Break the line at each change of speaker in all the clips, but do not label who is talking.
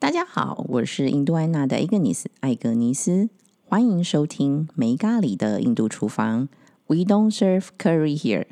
大家好，我是印度安娜的伊格尼斯，艾格尼斯，欢迎收听没咖喱的印度厨房。We don't serve curry here。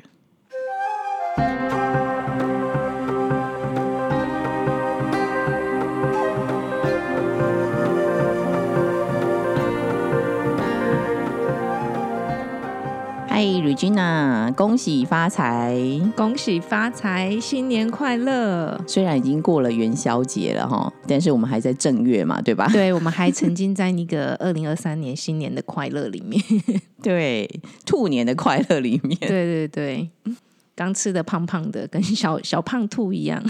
嗨，Regina，恭喜发财！
恭喜发财，新年快乐！
虽然已经过了元宵节了哈，但是我们还在正月嘛，对吧？
对，我们还沉浸在那个二零二三年新年的快乐里面。
对，兔年的快乐里面。
对对对，刚吃的胖胖的，跟小小胖兔一样。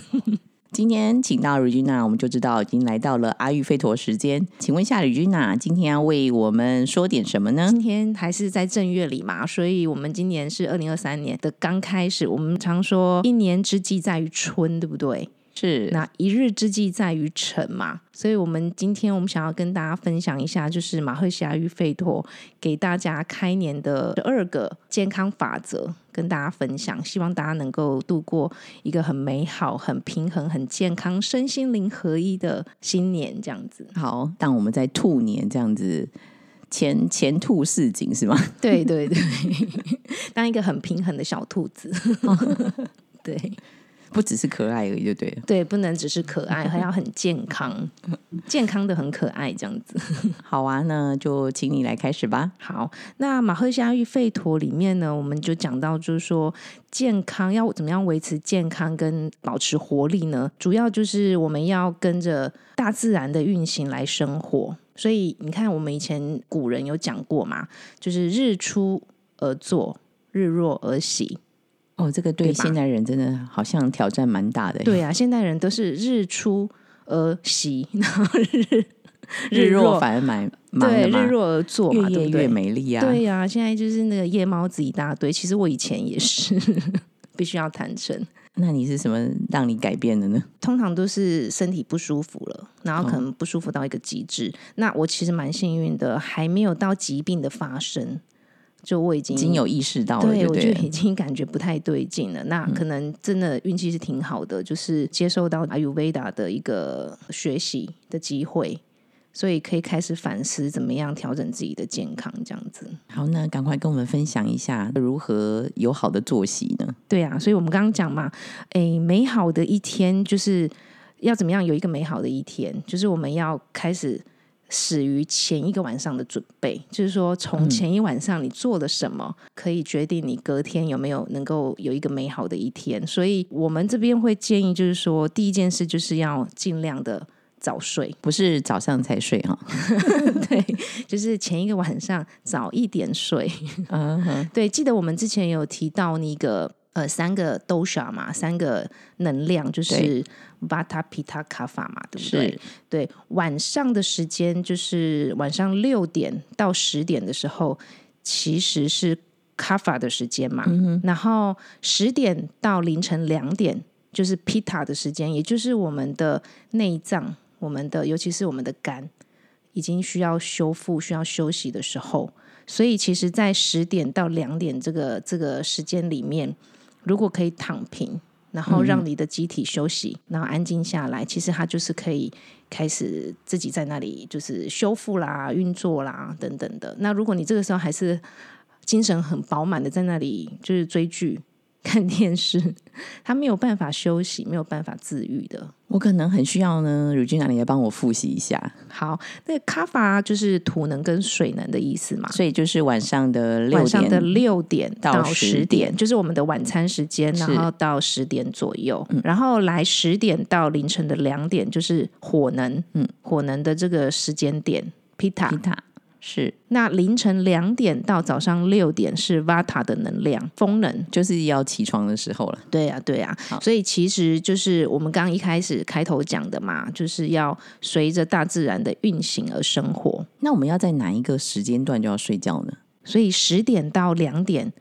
今天请到 Regina，我们就知道已经来到了阿育吠陀时间。请问一下 Regina，今天要为我们说点什么呢？
今天还是在正月里嘛，所以我们今年是二零二三年的刚开始。我们常说一年之计在于春，对不对？
是
那一日之计在于晨嘛，所以我们今天我们想要跟大家分享一下，就是马赫西亚与费托给大家开年的十二个健康法则，跟大家分享，希望大家能够度过一个很美好、很平衡、很健康、身心灵合一的新年，这样子。
好，但我们在兔年这样子前前兔似锦是吗？
对对对，当一个很平衡的小兔子。对
不只是可爱而已，就对了。
对，不能只是可爱，还要很健康，健康的很可爱，这样子。
好啊，那就请你来开始吧。
好，那马赫夏育吠陀里面呢，我们就讲到，就是说健康要怎么样维持健康跟保持活力呢？主要就是我们要跟着大自然的运行来生活。所以你看，我们以前古人有讲过嘛，就是日出而作，日落而息。
哦，这个对
对吧
现代人真的好像挑战蛮大的。
对啊，现代人都是日出而息，然后日
日落
落
反而蛮忙
对
的嘛
日，落而作嘛，
越
对
夜
不对
越美丽啊。
对呀、现在就是那个夜猫子一大堆。其实我以前也是， 必须要坦诚。
那你是什么让你改变的呢？
通常都是身体不舒服了，然后
哦
可能不舒服到一个极致。那我其实蛮幸运的，还没有到疾病的发生，就我已经
已经有意识到了，
对，
就
我
对
就
了嗯
已经感觉不太对劲了。那可能真的运气是挺好的，就是接受到阿尤维达的一个学习的机会，所以可以开始反思怎么样调整自己的健康，这样子。
好，那赶快跟我们分享一下如何有好的作息呢？
对啊，所以我们刚刚讲嘛，诶，美好的一天就是要怎么样有一个美好的一天，就是我们要开始始于前一个晚上的准备，就是说从前一晚上你做了什么，可以决定你隔天有没有能够有一个美好的一天。所以我们这边会建议，就是说第一件事就是要尽量的早睡，
不是早上才睡哈、
对，就是前一个晚上早一点睡。
嗯哼
对，记得我们之前有提到那个呃三个 dosha 嘛，三个能量就是 vata pitta kapha 嘛，对不
是
对？对，晚上的时间就是晚上六点到十点的时候，其实是 kapha 的时间嘛，然后十点到凌晨两点就是 pitta 的时间，也就是我们的内脏，我们的尤其是我们的肝。已经需要修复、需要休息的时候，所以其实，在十点到两点这个这个时间里面，如果可以躺平，然后让你的机体休息，然后安静下来，其实它就是可以开始自己在那里就是修复啦、运作啦等等的。那如果你这个时候还是精神很饱满的在那里就是追剧、看电视，他没有办法休息，没有办法自愈的。
我可能很需要呢，Regina，你来帮我复习一下。
好，那卡法就是土能跟水能的意思嘛，
所以就是晚上的六
晚上的
点，
六点
到
到
10
十点
点，
就是我们的晚餐时间，
是嗯
然后到十点左右，然后来十点到凌晨的两点，就是火能，
嗯
火能的这个时间点，Pita。
皮塔是
那凌晨两点到早上六点是 Vata 的能量，风能。
就是要起床的时候了。
对呀、对呀、
好
所以其实就是我们刚刚一开始开头讲的嘛，就是要随着大自然的运行而生活。
那我们要在哪一个时间段就要睡觉呢？
所以十点到两点，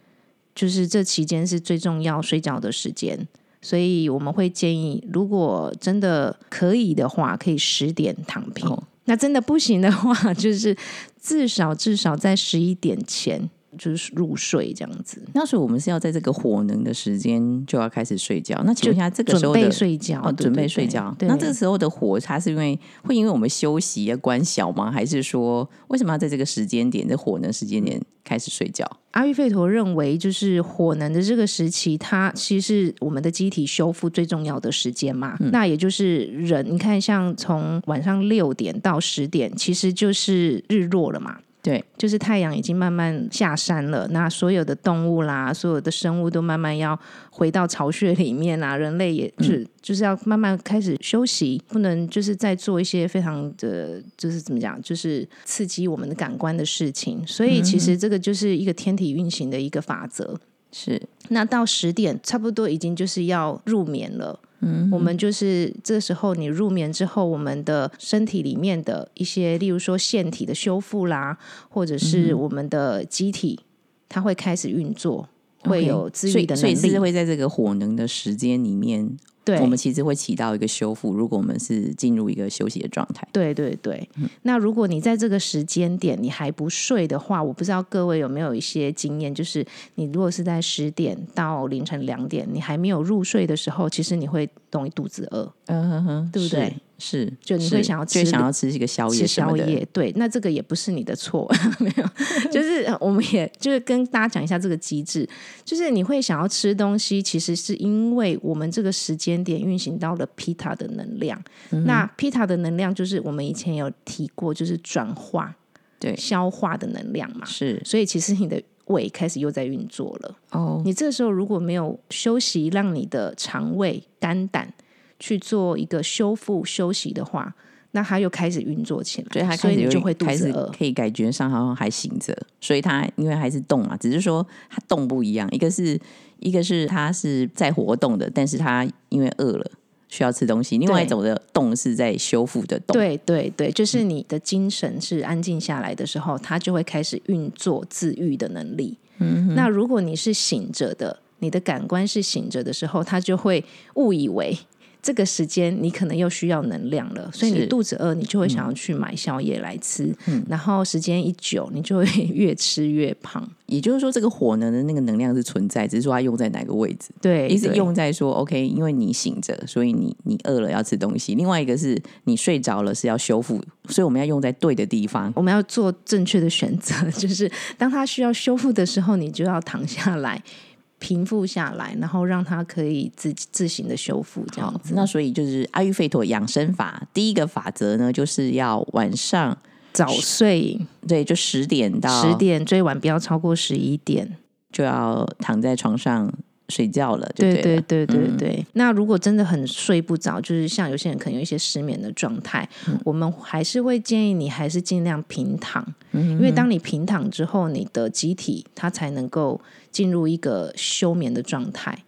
就是这期间是最重要睡觉的时间。所以我们会建议，如果真的可以的话，可以十点躺平。
哦
那真的不行的话，就是至少至少在十一点前就是入睡这样子，
那所以我们是要在这个火能的时间就要开始睡觉。那请问一下，这个时
准
候的
备睡觉，
哦，
对
准
对
备
对
睡觉。
对
那这个时候的火，它是因为会因为我们休息而关小吗？还是说为什么要在这个时间点，这火能时间点开始睡觉？
阿育吠陀认为，就是火能的这个时期，它其实是我们的机体修复最重要的时间嘛。那也就是人，你看，像从晚上六点到十点，其实就是日落了嘛。
对，
就是太阳已经慢慢下山了，那所有的动物啦，所有的生物都慢慢要回到巢穴里面啦，人类也是、
嗯
就是要慢慢开始休息，不能就是再做一些非常的就是怎么讲，就是刺激我们的感官的事情。所以其
嗯
实这个就是一个天体运行的一个法则。
是
那到十点差不多已经就是要入眠了。嗯，我们就是这时候你入眠之后，我们的身体里面的一些，例如说腺体的修复啦，或者是
嗯
我们的机体，它会开始运作，会
OK
有自
所
愈
以
的
所
能
以是
力。
会在这个火能的时间里面，
对，
我们其实会起到一个修复。如果我们是进入一个休息的状态，
对对对，那如果你在这个时间点你还不睡的话，我不知道各位有没有一些经验，就是你如果是在十点到凌晨两点，你还没有入睡的时候，其实你会容易肚子饿，
嗯哼哼，
对不对？
是，
就你会
是
想要
就
吃
想要吃一个宵夜
吃
哦什么
宵
的，
夜，对，那这个也不是你的错， 没有，就是 呃我们也就是跟大家讲一下这个机制，就是你会想要吃东西，其实是因为我们这个时间点运行到了 Pita 的能量，
嗯
那 Pita 的能量就是我们以前有提过，就是转化、
对，
消化的能量嘛，
是
所以其实你的胃开始又在运作了。
哦，
你这时候如果没有休息，让你的肠胃、肝胆去做一个修复休息的话，那它又开始运作起来，
所以他
所
开
以
始
你
有
就会肚
开
子
始
饿。
可以感觉上好像还醒着，所以他因为还是动嘛，只是说他动不一样，一个是一个是他是在活动的，但是他因为饿了需要吃东西，另外一种的动是在修复的动，
对对对，就是你的精神是安静下来的时候，它就会开始运作自愈的能力。嗯，那如果你是醒着的，你的感官是醒着的时候，它就会误以为这个时间你可能又需要能量了，所以你
是
肚子饿，你就会想要去买宵夜来吃。然后时间一久，你就会越吃越胖。
也就是说这个火能的那个能量是存在，只是说它用在哪个位置，
对，
一是
对
用在说 OK，因为你醒着，所以你你饿了要吃东西，另外一个是你睡着了是要修复，所以我们要用在对的地方，
我们要做正确的选择， 就是当它需要修复的时候，你就要躺下来。平复下来，然后让它可以自自行的修复，这样
好，
子。
那所以就是阿育吠陀养生法第一个法则呢，就是要晚上
早睡
对，就十点到
十点，最晚不要超过十一点。
就要躺在床上睡觉了，就
对
对
对
了
对对
嗯
对。那如果真的很睡不着，就是像有些人可能有一些失眠的状态，
嗯
我们还是会建议你还是尽量平躺，
嗯
因为当你平躺之后，你的机体它才能够进入一个休眠的状态。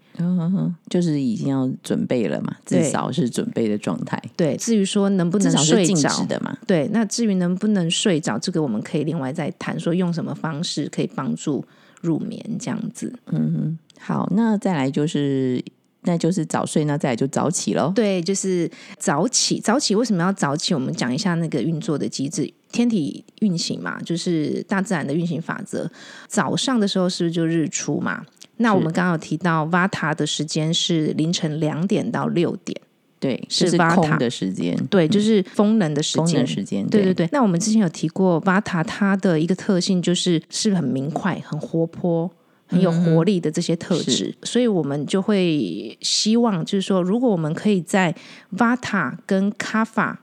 就是已经要准备了嘛，至
对
少是准备的状态，
对，至于说能不
至
能
少是
睡
静
着，
止的嘛。
对，那至于能不能睡着，这个我们可以另外再谈，说用什么方式可以帮助入眠这样子。
嗯好，那再来就是，那就是早睡，那再来就早起喽。
对，就是早起，早起为什么要早起？我们讲一下那个运作的机制。天体运行嘛，就是大自然的运行法则。早上的时候是不是就日出嘛？那我们刚刚有提到，Vata 的时间是凌晨两点到六点，
对，
是
就是
吧
空
塔
的时间，
对，
嗯
就是风能的时
空
间
的。时间，
对对对，那我们之前有提过，Vata 它的一个特性就是是不是很明快、很活泼、很有活力的这些特质，所以我们就会希望，就是说，如果我们可以在 Vata 跟 Kapha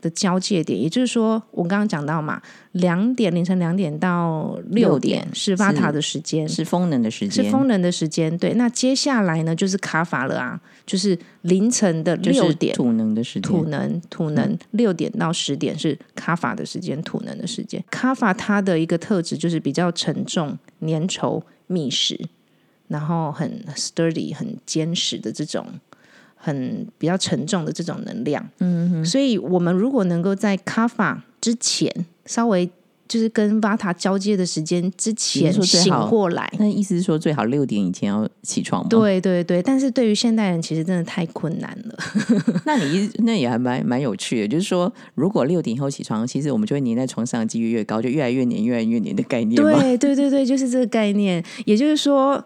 的交界点，也就是说，我刚刚讲到嘛，两点凌晨两点到六
六
点
点
是 Vata
是
的时间，
是风能的时
是
间，
风能的时间。对，那接下来呢，就是卡法了啊，就是凌晨的
就是
六点。
土能的时间，
土能土
嗯
能六点到十点是卡法的时间，土能的时间。卡法它的一个特质就是比较沉重、粘稠、密实，然后很 sturdy、很坚实的这种。很比较沉重的这种能量，嗯，所以我们如果能够在卡法之前稍微就是跟 Vata 交接的时间之
你
前
是说最
醒
好哦
过来。
那意思是说最好六点以前要起床吗？，
对对对，但是对于现代人其实真的太困难了。
那你一那也还蛮蛮有趣的，就是说如果六点以后起床，其实我们就会黏在床上的几率越高，就越来越黏，越来越黏的概念嘛。
对对对对，就是这个概念。也就是说，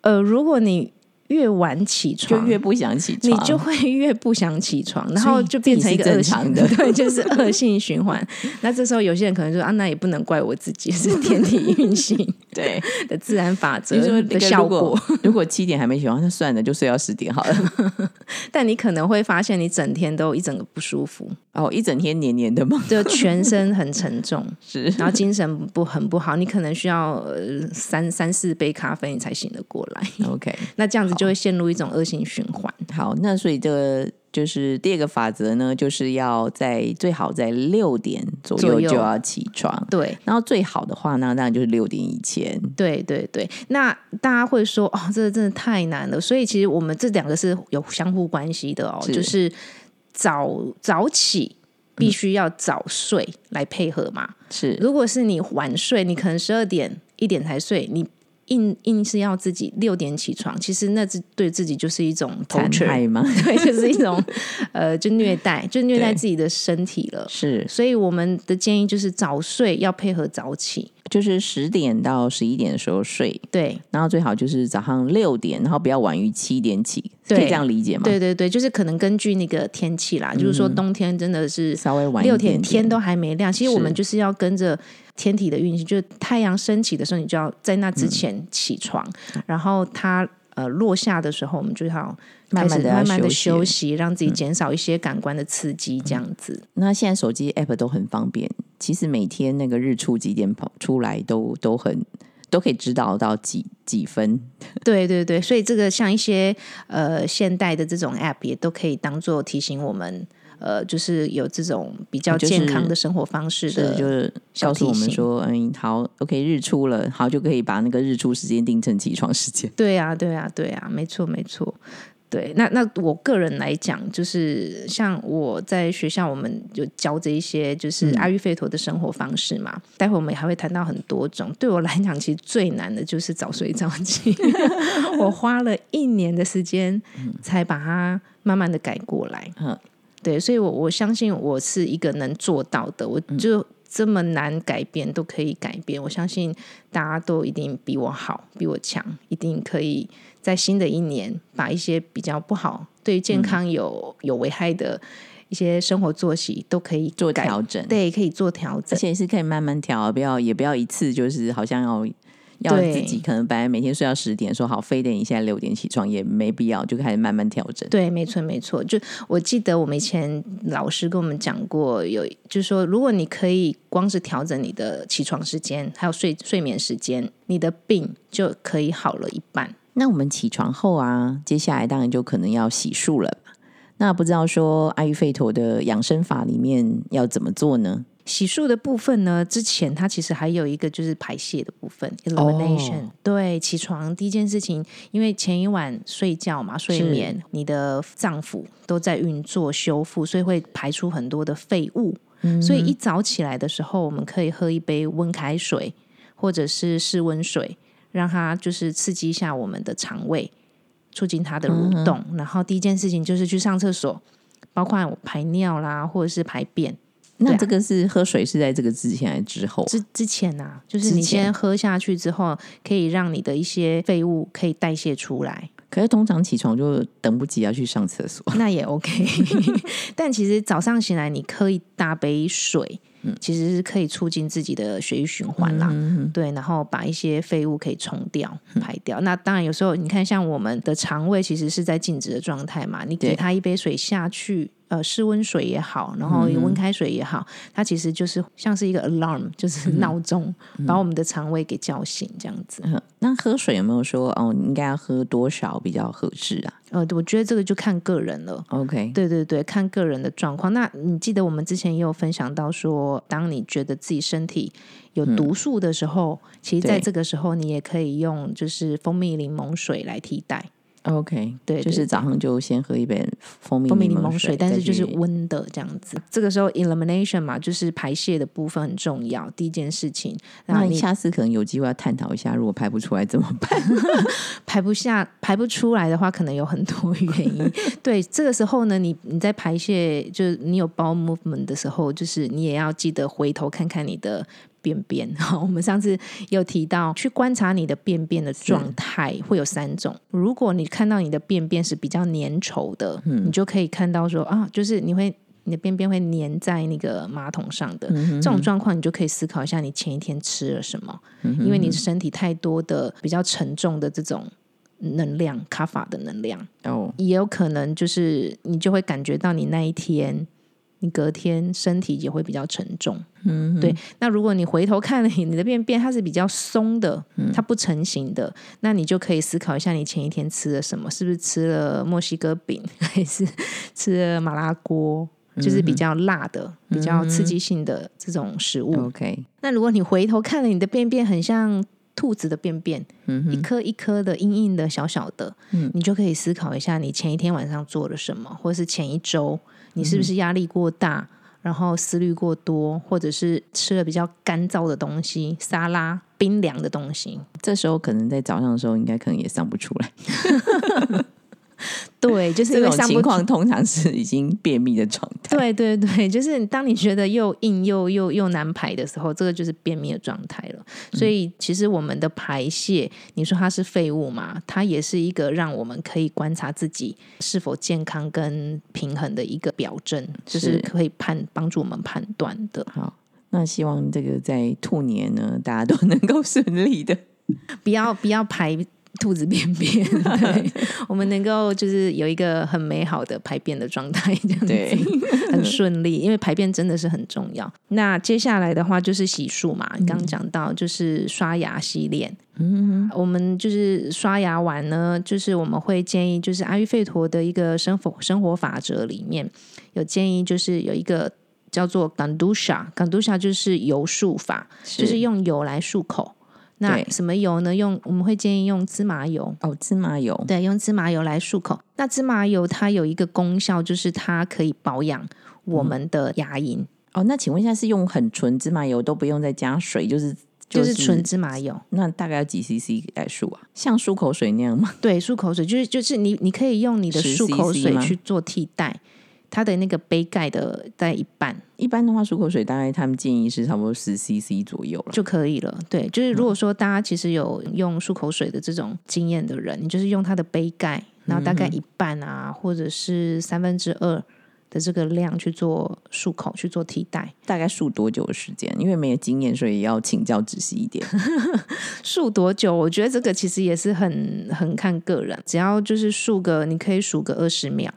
呃，如果你越晚 起
就
床，
越不想起
你
床，
就会越不想起床，然
所以
后就变成一个
这也
恶
是正常
性
的
对，就是恶性循环。那这时候有些人可能说啊，那也不能怪我自己，是天体运行
对。
的自然法则
你说那
的
个
效
如
果
果。如果七点还没起床，那算了，就睡到十点好了。
但你可能会发现，你整天都一整个不舒服，
哦，一整天黏黏的吗？
就全身很沉重，
是
然后精神不很不好，你可能需要呃三三四杯咖啡你才醒得过来。
OK。
那这样子就会陷入一种恶性循环。
好，那所以这个就是第二个法则呢，就是要在最好在六点左
左
右
右
就要起床。
对，
然后最好的话呢，当然就是六点以前。
对对对，那大家会说哦，这个真的太难了。所以其实我们这两个是有相互关系的哦，
是
就是早早起必须要早睡来配合嘛。
是
如果是你晚睡，你可能十二点一点才睡，你硬硬是要自己六点起床，其实那是对自己就是一种
残
torture
害 吗？
对，就是一种呃，就虐待，就虐待
对
自己的身体了。
是，
所以我们的建议就是早睡要配合早起，
就是十点到十一点的时候睡，
对。
然后最好就是早上六点，然后不要晚于七点起，可以这
对
样理解吗？，
对对对，就是可能根据那个天气啦，就是说冬天真的是
稍嗯微晚一
六
点点
点天都还没亮，其实我
是
们就是要跟着天体的运行，就是太阳升起的时候，你就要在那
嗯
之前起床，然后它。呃，落下的时候，我们就要
慢慢
开始
地
慢慢的
要
休
休嗯
息，让自己减少一些感官的刺激，这样子。
那现在手机 app 都很方便，其实每天那个日出几点跑出来都都很都可以知道到几几分。
对对对，所以这个像一些呃现代的这种 app 也都可以当做提醒我们，呃，就是有这种比较
就是
健康的生活方式
是
的，
就是
小
告诉
提
我们
醒
说，嗯，好，OK，日出了，好就可以把那个日出时间定成起床时间。
对呀、对呀、对呀、没错，没错。对，那那我个人来讲，就是像我在学校，我们有教这一些就是
嗯
阿育吠陀的生活方式嘛。待会我们还会谈到很多种。对我来讲，其实最难的就是早睡早起。 我花了一年的时间才把它慢慢的改过来。
嗯
对，所以我我相信我是一个能做到的。我
嗯
就这么难改变都可以改变，我相信大家都一定比我好，比我强，一定可以在新的一年把一些比较不好、对于健
嗯
康有、有危害的一些生活作息都可以
做
改
调整，
对，可以做调
而
整。
且是可以慢慢调，不要也不要一次就是好像要要
对
自己可能本来每天睡到十点，说好非得你现在六点起床也没必要，就开始慢慢调整。
对，没错，没错。就我记得我们以前老师跟我们讲过，有就是说，如果你可以光是调整你的起床时间，还有睡睡眠时间，你的病就可以好了一半。
那我们起床后啊，接下来当然就可能要洗漱了吧。那不知道说阿育吠陀的养生法里面要怎么做呢？
洗漱的部分呢，之前它其实还有一个就是排泄的部分，elimination、对，起床第一件事情，因为前一晚睡觉嘛，睡眠，你的脏腑都在运作修复，所以会排出很多的废物。所以一早起来的时候，我们可以喝一杯温开水或者是室温水，让它就是刺激一下我们的肠胃，促进它的蠕动。然后第一件事情就是去上厕所，包括我排尿啦，或者是排便。对
那
啊
这个是喝水是在这个之前还是之后啊？
之之前啊，就是
之
你
前
先喝下去之后，可以让你的一些废物可以代谢出来，
可是通常起床就等不及要去上厕所。
那也 OK。但其实早上醒来，你喝一大杯水，
嗯
其实是可以促进自己的血液循环啦。对，然后把一些废物可以冲掉、排掉。那当然，有时候你看，像我们的肠胃其实是在静止的状态嘛，你给
对
它一杯水下去。呃，室温水也好，然后温开水也好，它其实就是像是一个 alarm，就是 闹钟，把我们的肠胃给叫醒这样子。
嗯那喝水有没有说哦，你应该要喝多少比较合适啊
呃，我觉得这个就看个人了。
？OK，
对对对，看个人的状况。那你记得我们之前也有分享到说，当你觉得自己身体有毒素的时候，其实在
嗯对
这个时候你也可以用就是蜂蜜柠檬水来替代。
OK，
对对
就是早上就先喝一杯蜂蜜
蜂蜜
柠
柠檬
水
水，，但
再
是就是
去
温的这样子。这个时候 elimination 嘛，就是排泄的部分很重要。第一件事情，然
那
后
你
你
下次可能有机会要探讨一下，如果排不出来怎么办？
排不下、排不出来的话，可能有很多原因。对，这个时候呢，你你在排泄，就是你有 bowel movement 的时候，就是你也要记得回头看看你的便便。 好，我们上次有提到，去观察你的便便的状态会有三种。如果你看到你的便便是比较粘稠的，你就可以看到说啊，就是你会。你的便便会粘在那个马桶上的、这种状况，你就可以思考一下你前一天吃了什么，因
嗯
为你身体太多的比较沉重的这种能量，卡法的能量，
哦，
也有可能就是你就会感觉到你那一天，你隔天身体也会比较沉重。嗯，对。那如果你回头看了 你的便便，它是比较松的，它不成型的，那你就可以思考一下你前一天吃了什么，是不是吃了墨西哥饼， 还是吃了麻辣锅？就是比较辣的、比较刺激性的这种食物，
哦 OK，
那如果你回头看了你的便便，很像兔子的便便，
嗯
一颗一颗的、硬硬的、小小的，你就可以思考一下，你前一天晚上做了什么，或是前一周你是不是压力过大，
嗯
然后思虑过多，或者是吃了比较干燥的东西，沙拉、冰凉的东 西。
这时候可能在早上的时候，应该可能也上不出来。
对，就是因
这
为
种
上
情
不
况通常是已经便秘的状态。
对对对， 就是当你觉得又硬又又又难排的时候，这个就是便秘的状态了。所以其实我们的排泄，你说它是废物嘛，它也是一个让我们可以观察自己是否健康跟平衡的一个表征，就是
是
可以判帮助我们判断的。
好，那希望这个在兔年呢，大家都能够顺利 的。
不要不要排。兔子便便， 对，我们能够就是有一个很美好的排便的状态，这样子。
对，
很顺利，因为排便真的是很重要。那接下来的话就是洗漱嘛，你刚刚讲到就是刷牙、洗脸。嗯，我们就是刷牙完呢，就是我们会建议，就是阿育吠陀的一个生活生活法则里面有建议，就是有一个叫做 gandusha，gandusha 就是油漱法，就是用油来漱口。那
对
什么油呢？用我们会建议用芝麻油，
哦，芝麻油，
对，用芝麻油来漱口。那芝麻油它有一个功效，就是它可以保养我们的牙龈，
哦，那请问一下，是用很纯芝麻油都不用再加水，就是
就是纯，芝麻油。
那大概要几 CC 来漱啊？像漱口水那样吗？
对，漱口水就是就是你你可以用你的
10
漱口
CC
水
吗
去做替代，它的那个杯盖的在一半
一般的话，漱口水大概他们建议是差不多十 CC 左右了。
就可以了。对，就是如果说大家其实有用漱口水的这种经验的人，你就是用它的杯盖，然后大概一半啊，或者是三分之二的这个量去做漱口去做替代。
大概漱多久的时间？因为没有经验，所以也要请教仔细 一点。
数多久？我觉得这个其实也是很很看个人，只要就是数个，你可以数个二十秒，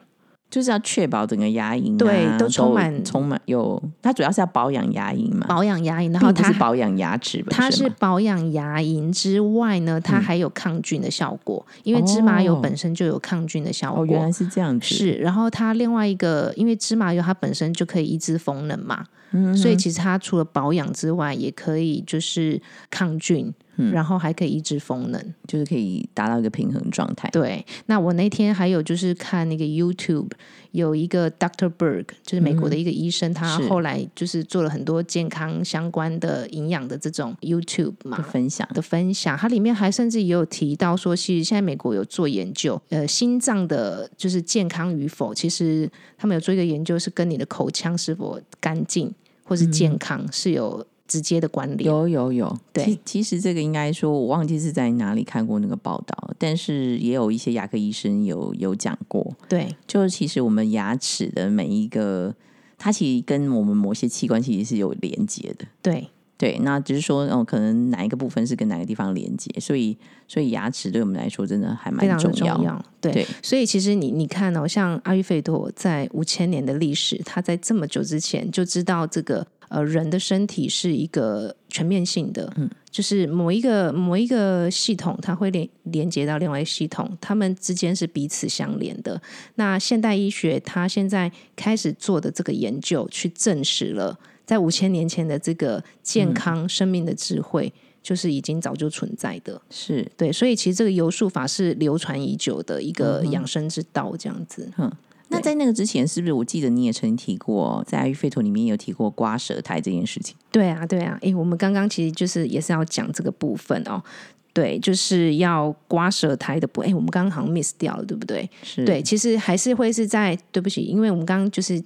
就是要确保整个牙龈、啊、
对都
都
充满
充满有，它主要是要保养牙龈嘛，
保养牙龈，然
并
后
不
它
是保养牙齿本身嘛。
它是保养牙龈之外呢，它还有抗菌的效果，因为芝麻油
哦
本身就有抗菌的效
哦，
果。
原来是这样子，
是，然后它另外一个，因为芝麻油它本身就可以抑制风能嘛，
嗯
所以其实它除了保养之外，也可以就是抗菌，然后还可以抑制风能。
嗯就是可以达到一个平衡状态。
对，那我那天还有就是看那个 YouTube 有一个 Doctor Berg，就是美国的一个医生，他
嗯是
后来就是做了很多健康相关的营养的这种 YouTube
的
嘛。
分享
的分享，它里面还甚至也有提到说，其实现在美国有做研究，呃，心脏的就是健康与否，其实他们有做一个研究，是跟你的口腔是否干净或是健康是有直接的关
嗯
联。
有有有，
对
其其实这个应该说，我忘记是在哪里看过那个报道，但是也有一些牙科医生有有讲过，
对，
就是其实我们牙齿的每一个，它其实跟我们某些器官其实是有连接的。
对，
对，那只是说，哦，可能哪一个部分是跟哪个地方连接，所以，所以牙齿对我们来说真的还蛮
非常的
重
重
要。
要。对，
对
所以其实你你看哦，像阿育吠陀在五千年的历史，他在这么久之前就知道这个呃人的身体是一个全面性的，嗯，就是某一个某一个系统，它会连连接到另外一个系统，它们之间是彼此相连的。那现代医学它现在开始做的这个研
嗯
究，去证实了在五千年前的这个健康生命的智慧。就是已经早就存在的。
是，
对，所以其实这个游术法是流传已久的一个养生之道，这样子。
嗯。那在那个之前，是不是我记得你也曾提过，在《阿育吠陀》里面有提过刮舌苔这件事情？
对啊，对啊，诶，我们刚刚其实就是也是要讲这个部分哦。对，就是要刮舌苔的部分。诶，我们刚刚好像 miss 掉了，对不对？
是
对，，其实还是会是在对不起，因为我们刚刚就是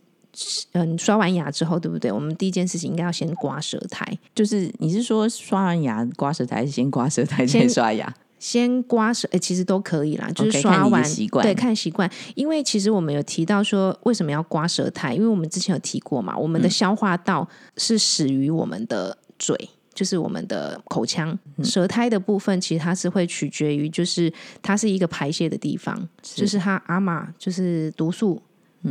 嗯刷完牙之后，对不对？我们第一件事情应该要先刮舌苔，
就是你是说刷完牙刮舌苔，还是先刮舌苔再
先
刷牙？
先刮舌，诶，其实都可以啦，就是
OK，
刷
看你的
完
习惯
对，看习惯。因为其实我们有提到说为什么要刮舌苔，因为我们之前有提过嘛，我们
嗯
的消化道是始于我们的嘴。就是我们的口腔，
嗯
舌苔的部分其实它是会取决于，就是它是一个排泄的地方，就是它阿玛就是毒素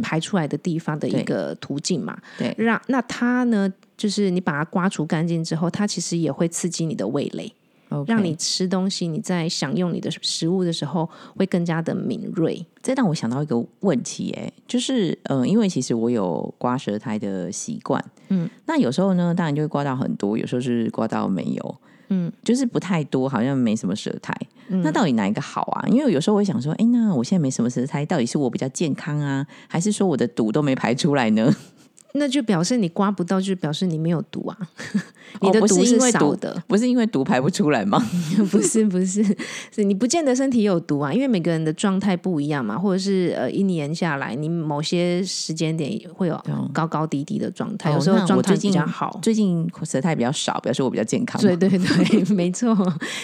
排出来的地方的一
嗯对
个途径嘛。
对
让那它呢，就是你把它刮除干净之后，它其实也会刺激你的味蕾。
OK
让你吃东西，你在享用你的食物的时候会更加的敏锐。
这让我想到一个问题、哎，就是呃，因为其实我有刮舌苔的习惯，嗯，那有时候呢，当然就会刮到很多，有时候是刮到没有，嗯，就是不太多，好像没什么舌苔。那到底哪一个好啊？因为有时候我会想说，哎，那我现在没什么舌苔，到底是我比较健康啊，还是说我的毒都没排出来呢？
那就表示你刮不到，就表示你没有毒啊，
哦
你的
不是
毒
因为
少
毒
的，
不是因为毒排不出来吗？
不是不是，是你不见得身体有毒啊，因为每个人的状态不一样嘛，或者是呃一年下来，你某些时间点会有高高低低的状态，
哦
有时候
那
状
我
态
最
比
近
较好，
最近舌苔比较少，表示我比较健康嘛。
对对对， 没错，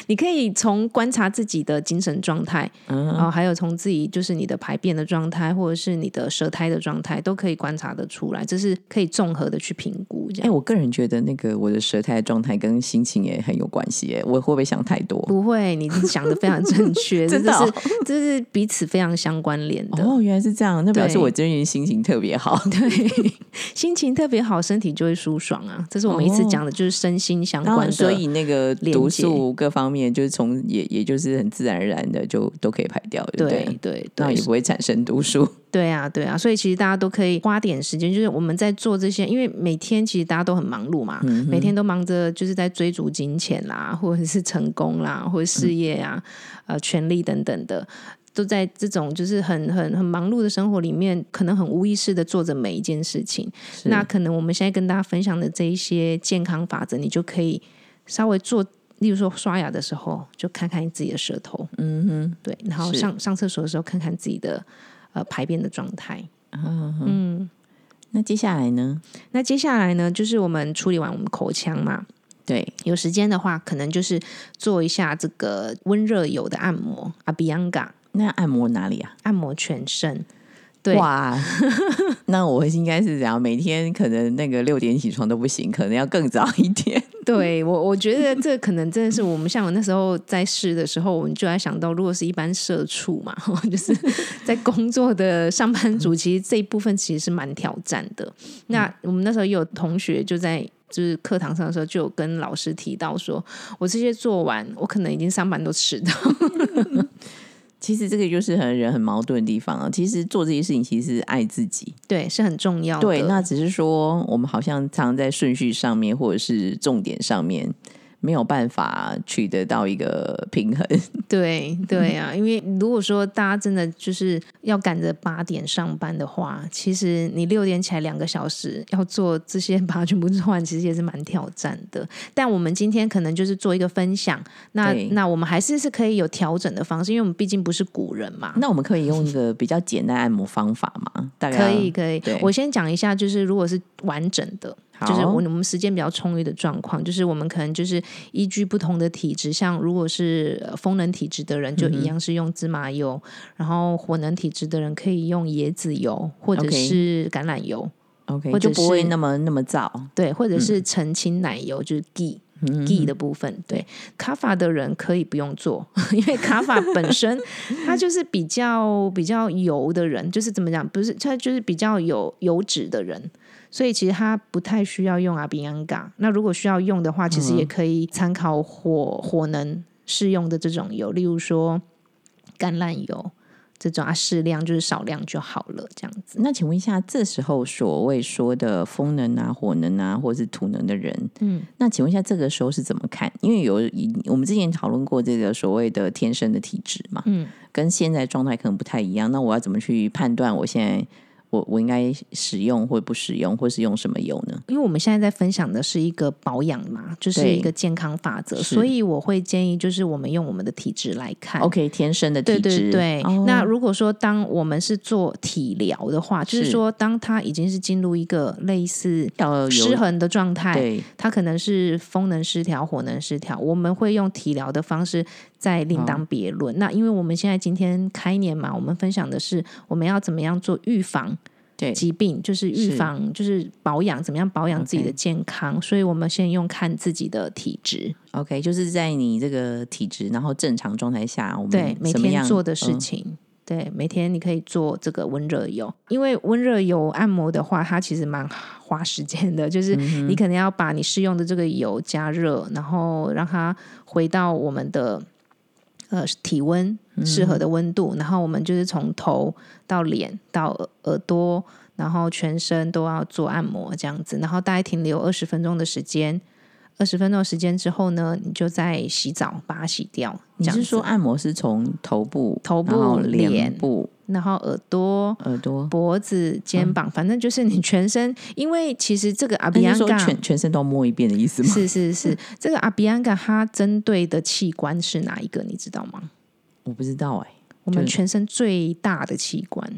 你可以从观察自己的精神状态，
嗯
然后、还有从自己就是你的排便的状态，或者是你的舌苔的状态，都可以观察得出来，这是可以综合的去评估。这
哎、
样、
我个人觉得那个我的舌苔的状态跟心情也很有关系。哎，我会不会想太多？
不会，你想的非 常正确，这
真的
就
哦
是这是彼此非常相关联的。
哦，原来是这样，那表示
对
我最近心情特别好。
对，心情特别好，身体就会舒爽啊！这是我们一次讲的，就是身心相
然
关
后，
的。
哦所以那个
连
毒
接
素各方面，就是从也也就是很自然而然的就都可以排掉，对不
对
对？
对
那
对
也，不会产生毒素。
对啊，对啊，所以其实大家都可以花点时间，就是我们在做这些，因为每天其实大家都很忙碌嘛，每天都忙着就是在追逐金钱啦，或者是成功啦，或者事业啊，呃，权力等等的，都在这种就是很很很忙碌的生活里面，可能很无意识的做着每一件事情。那可能我们现在跟大家分享的这一些健康法则，你就可以稍微做。例如说刷牙的时候，就看看自己的舌头，嗯哼，对，然后
是
上上厕所的时候，看看自己的呃排便的状态。
嗯那接下来呢？
那接下来呢，就是我们处理完我们口腔嘛，
对，
有时间的话，可能就是做一下这个温热油的按摩阿比安嘎
那按摩哪里啊？
按摩全身。对
哇， 那我应该是这样，每天可能那个六点起床都不行，可能要更早一点。
对我，我觉得这可能真的是我们像我那时候在试的时候，我们就在想到，如果是一般社畜嘛， 就是在工作的上班族，其实这一部分其实是蛮挑战的。那我们那时候也有同学就在。就是课堂上的时候，就有跟老师提到说，我这些做完，我可能已经上班都迟到。
其实这个就是很人很矛盾的地方啊。其实做这些事情其实是爱自己，
对，是很重要的。
对，那只是说我们好像常常在顺序上面或者是重点上面没有办法取得到一个平衡。
对
嗯
对啊，因为如果说大家真的就是要赶着八点上班的话，其实你六点起来两个小时要做这些，把它全部做完，其实也是蛮挑战的。但我们今天可能就是做一个分享，那
对
那我们还是是可以有调整的方式，因为我们毕竟不是古人嘛。
那我们可以用一个比较简单按摩方法吗？大概
可以，可以
对，
我先讲一下，就是如果是完整的，就是
好
我我们时间比较充裕的状况，就是我们可能就是依据不同的体质，像如果是呃风能体质的人，
嗯
就一样是用芝麻油；然后火能体质的人可以用椰子油或者
OK
是橄榄油，
，OK，
或者
就不会
是
那么那么燥。
对，或者是澄清奶油，就是 ghee。ghee 的部分，对卡法的人可以不用做，因为卡法本身他就是比较比较油的人，就是怎么讲，不是他就是比较有油脂的人，所以其实他不太需要用阿比安嘎。那如果需要用的话，其实也可以参考火火能适用的这种油，例如说橄榄油、这种啊，适量就是少量就好了，这样子。
那请问一下，这时候所谓说的风能啊、火能啊，或是土能的人，嗯，那请问一下，这个时候是怎么看？因为有我们之前讨论过这个所谓的天生的体质嘛，嗯，跟现在状态可能不太一样。那我要怎么去判断我现在我我应该使用或不使用，或是用什么油呢？
因为我们现在在分享的是一个保养嘛，就是
对
一个健康法则，
是
所以我会建议就是我们用我们的体质来看。
OK，天生的体
啊对
质，
对对，
哦
那如果说当我们是做体疗的话，就是
是
说当他已经是进入一个类似
要有
失衡的状态，
对
它可能是风能失调、火能失调，我们会用体疗的方式再
哦
另当别论。那因为我们现在今天开年嘛，我们分享的是我们要怎么样做预防
对
疾病，就是预
是
防就是保养，怎么样保养自己的健康。所以我们先用看自己的体质，
OK，就是在你这个体质然后正常状态下，我们
对每
什么
天
样
做的事
嗯
情。对，每天你可以做这个温热油，因为温热油按摩的话，它其实蛮花时间的，就是
嗯
你可能要把你试用的这个油加热，然后让它回到我们的呃体温适合的
嗯
温度，然后我们就是从头到脸到耳耳朵，然后全身都要做按摩这样子，然后大概停留二十分钟的时间。二十分钟的时间之后呢，你就再洗澡，把它洗掉。
你
这样
是
子啊
说按摩是从头部、
头部
然后
脸
脸部、
然后耳朵、
耳朵？
脖子、肩膀，反正就是你全身，因为其实这个阿
嗯
比
你是
安
说
嘎
全全身都摸一遍的意思吗？
是是是，这个阿比安嘎它针对的器官是哪一个，你知道吗？
我不知道哎、
我们
就是
全身最大的器官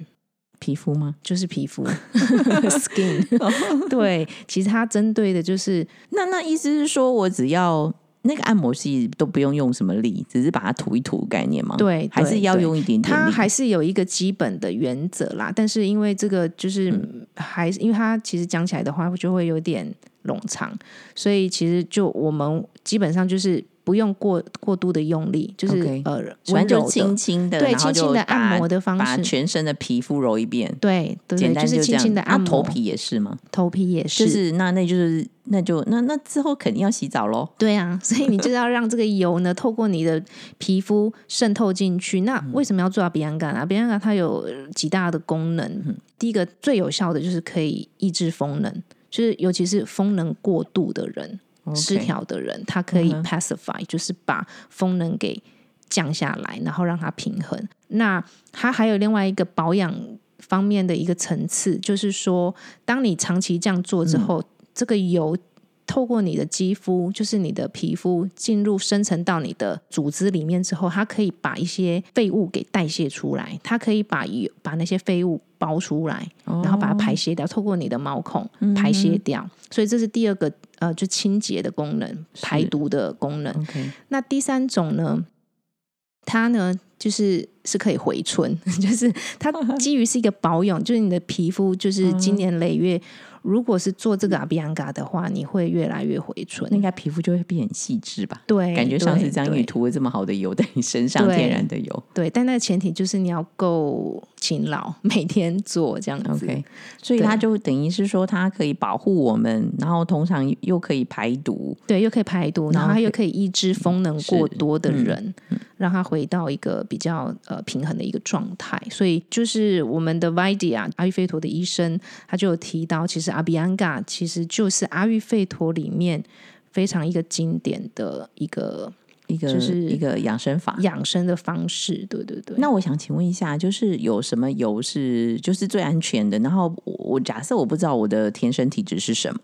皮肤吗？
就是皮肤 （skin）。对，其实它针对的就是
那那意思是说我只要那个按摩器都不用用什么力，只是把它涂一涂概念吗？
对
还
对
是要
对
用一点点
它
力。
还是有一个基本的原则啦，但是因为这个就是
嗯
还是因为它其实讲起来的话就会有点冗长，所以其实就我们基本上就是不用过过度的用力，就是
OK
呃温
反正
柔
就
的
轻轻的，
对
然后
轻
就
轻的
把
按摩的方
把
式，
全身的皮肤揉一遍，
对对
简
对，
单
是
这
轻
样。
轻的
啊
按摩，
头皮也是吗？
头皮也是，
就是那那就是那就那那之后肯定要洗澡喽。
对啊， 所以你就是要让这个油呢透过你的皮肤渗透进去。那为什么要做阿比安干啊？阿比安干它有几大的功能，第一个最有效的就是可以抑制风能，就是尤其是风能过度的人、失
OK
调的人，它可以
嗯哼
pacify，、就是把风能给降下来，然后让它平衡。那它还有另外一个保养方面的一个层次，就是说，当你长期这样做
嗯
之后，这个油透过你的肌肤，就是你的皮肤进入深层到你的组织里面之后，它可以把一些废物给代谢出来，它可以把油把那些废物包出来，然后把它
哦
排泄掉，透过你的毛孔
嗯
排泄掉。所以这是第二个呃，就清洁的功能、排毒的功能。
OK，
那第三种呢，它呢就是是可以回春， 就是它基于是一个保养，就是你的皮肤就是
嗯
经年累月，如果是做这个阿比安嘎的话，你会越来越回
那应
春。
该皮肤就会变很细致吧？嗯
对，
感觉上
对
次这样
对
你涂了这么好的油在你身上，
对
天然的油。
对，但那个前提就是你要够勤劳，每天做这样子。
OK，所以
对
它就等于是说，它可以保护我们，然后通常又可以排毒。
对，又可以排毒，然
然后
后它
可以
又可以抑制风能过多的
是嗯
人，让他回到一个比较呃平衡的一个状态。所以就是我们的 Vidi 啊，阿育吠陀的医生，他就有提到，其实阿比安嘎其实就是阿育吠陀里面非常一个经典的一个
一个、
就是
一个养生法。
养生的方式。对对对，
那我想请问一下，就是有什么油是就是最安全的？然后我我假设我不知道我的天生体质是什么，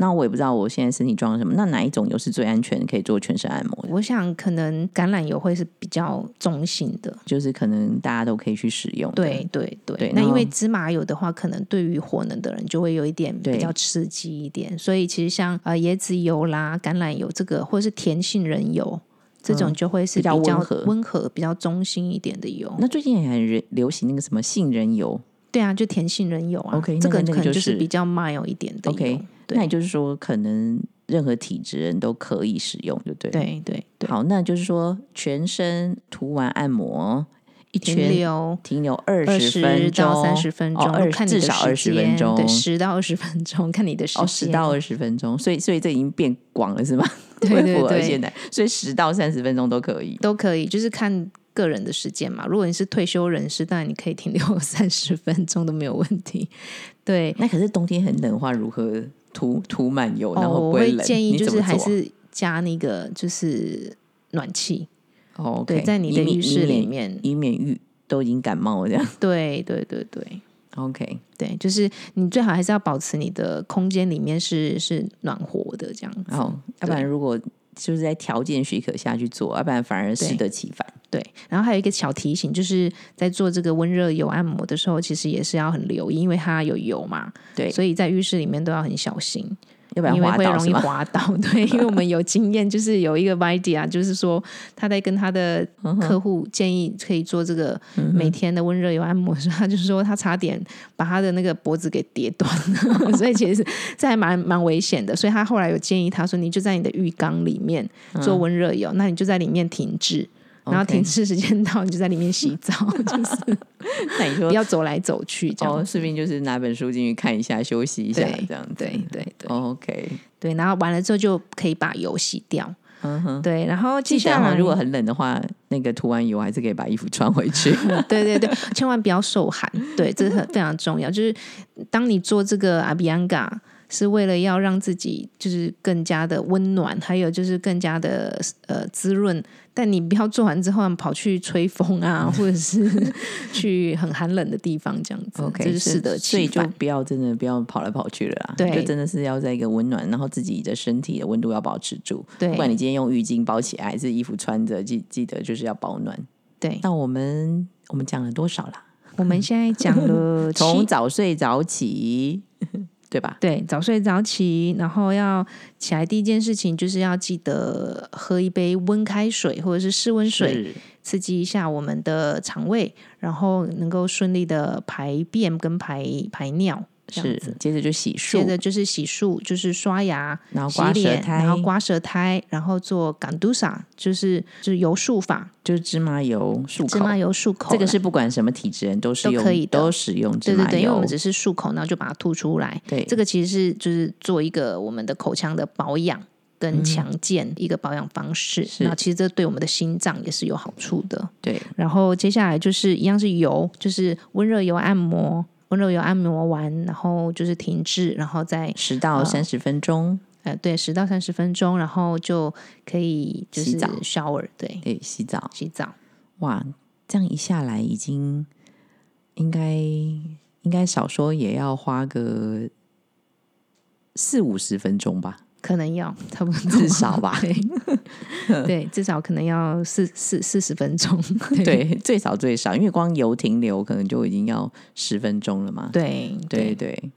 那我也不知道我现在身体状况是什么，那哪一种油是最安全可以做全身按摩的？
我想可能橄榄油会是比较中性的。
就是可能大家都可以去使用的。
对对对，
对
那
然
因
后
为芝麻油的话，可能对于火能的人就会有一点
对
比较刺激一点，所以其实像呃椰子油啦、橄榄油这个，或者是甜杏仁油这种，就会是
嗯比较
比较
温和
温和、比较中性一点的油。
那最近也很流流行那个什么杏仁油
对啊，就甜杏仁油啊
OK，
这
那个那
可
个
能
就
就是
是
比较 mild 一点的油。
，OK，
对
那也就是说，可能任何体质人都可以使用，对不对？。
对对对，
好，那就是说全身涂完按摩一
停
圈
留
停留二
二
十分
十
钟
到三十分钟，
哦二
看你
至
的
少
时
二十分
间对，
钟
十到二十分钟，看你的时间。
哦，十到二十分钟，所以所以这已经变广了是吗？
对 对
恢复了
对
现在，所以十到三十分钟都可以。
都可以，就是看个人的时间嘛。如果你是退休人士，当然你可以停留三十分钟都没有问题。 对，
那可是冬天很冷的话，如何涂涂满油，然
哦，
后不
我
会
会
冷？
建议
你
就
怎
是
么
还
做啊
是加那个就是暖气，
哦，
对，在你
你
的浴室里，面，
以免以免浴都已经感冒了这样。
对对对对
OK，
对，就是你最好还是要保持你的空间里面是是暖和的这样子。
然后要不然如果就是在条件许可下去做，要不然反而适得其反。
对，然后还有一个小提醒，就是在做这个温热油按摩的时候，其实也是要很留意，因为它有油嘛，
对
所以在浴室里面都要很小心，
要不然
因为
滑
会
倒
容
是
易
吗？
滑倒。对，因为我们有经验，就是有一个 idea，就是说他在跟他的
嗯
客户建议可以做这个每天的温热油按摩的时候，他就说他差点把他的那个脖子给跌断了， 所以其实这还蛮蛮危险的。所以他后来有建议他说，你就在你的浴缸里面做温热油，那你就在里面停滞。然后
嗯 OK
停滞时间到，你就在里面洗澡， 就是
那你
不
说
要走来走去这样
哦，
子。
顺便就是拿本书进去看一下，休息一下
对
这样子。
对对对、
哦，OK，
对，然后完了之后就可以把油洗掉。
嗯哼。
对，然后接
记得
下
哈，
来
啊如果很冷的话，那个涂完油还是可以把衣服穿回 去。
对对对，千万不要受寒，对，这是很非常重要。就是当你做这个阿比安嘎，是为了要让自己就是更加的温暖，还有就是更加的呃滋润。但你不要做完之后跑去吹风啊，或者 是去很寒冷的地方这样子
OK，
这是
所以
适得
所
其
以就
反。
不要真的不要跑来跑去了啦，
对
就真的是要在一个温暖，然后自己的身体的温度要保持住，
对
不管你今天用浴巾包起来还是衣服穿着，记记得就是要保暖。
对，
那我们我们讲了多少啦？
我们现在讲了 七
从早睡早起，对吧？
对，早睡早起，然后要起来第一件事情就是要记得喝一杯温开水或者是室温水，
是
刺激一下我们的肠胃，然后能够顺利的排便跟排排尿。这样
是
子，，
接着就洗漱
接，着就是洗漱，就是刷牙、
然后
洗
刮舌
脸，
苔，
然后刮舌苔，然后做港都萨，就是就是油漱法，
就是芝麻油漱
芝
口。
麻油漱口啦。
这个是不管什么体质人都是
都
用
可以的
都使用芝
对对
麻
对，因为我
油
们，只是漱口，然后就把它吐出来。
对
这个其实是就是做一个我们的口腔的保养跟强健一个保养方式。
嗯是
那其实这对我们的心脏也是有好处的。
对
然后接下来就是一样是油，就是温热油按摩，温热油按摩完，然后就是停滞，然后再
十到三十分钟。
呃对十到三十分钟，然后就可以就是
洗澡
shower 对
对，洗澡，
洗澡。
哇，这样一下来已经应该应该少说也要花个四五十分钟吧，
可能要 差不多，。
至少吧
对对，至少可能要四四四十分钟。 对
对，最少最少，因为光油停留可能就已经要十分钟了嘛。
对
对对，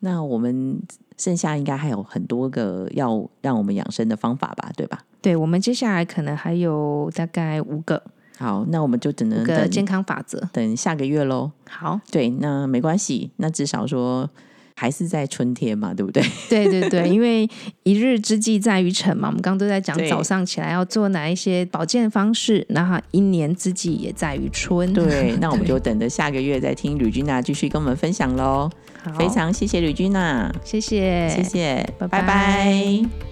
那我们剩下应该还有很多个要让我们养生的方法吧，对吧？
对，我们接下来可能还有大概五个
好，那我们就只能
五个健
等
康法则。
等下个月喽。
好，
对，那没关系，那至少说还是在春天嘛，对不 对？
对对对，因为一日之计在于晨嘛，我们刚刚都在讲
对
早上起来要做哪一些保健方式，然后一年之计也在于春。
对，那我们
对
就等着下个月再听吕君娜继续跟我们分享喽。
好
非常谢谢吕君娜，
谢谢，
谢，谢，
拜
拜
拜
拜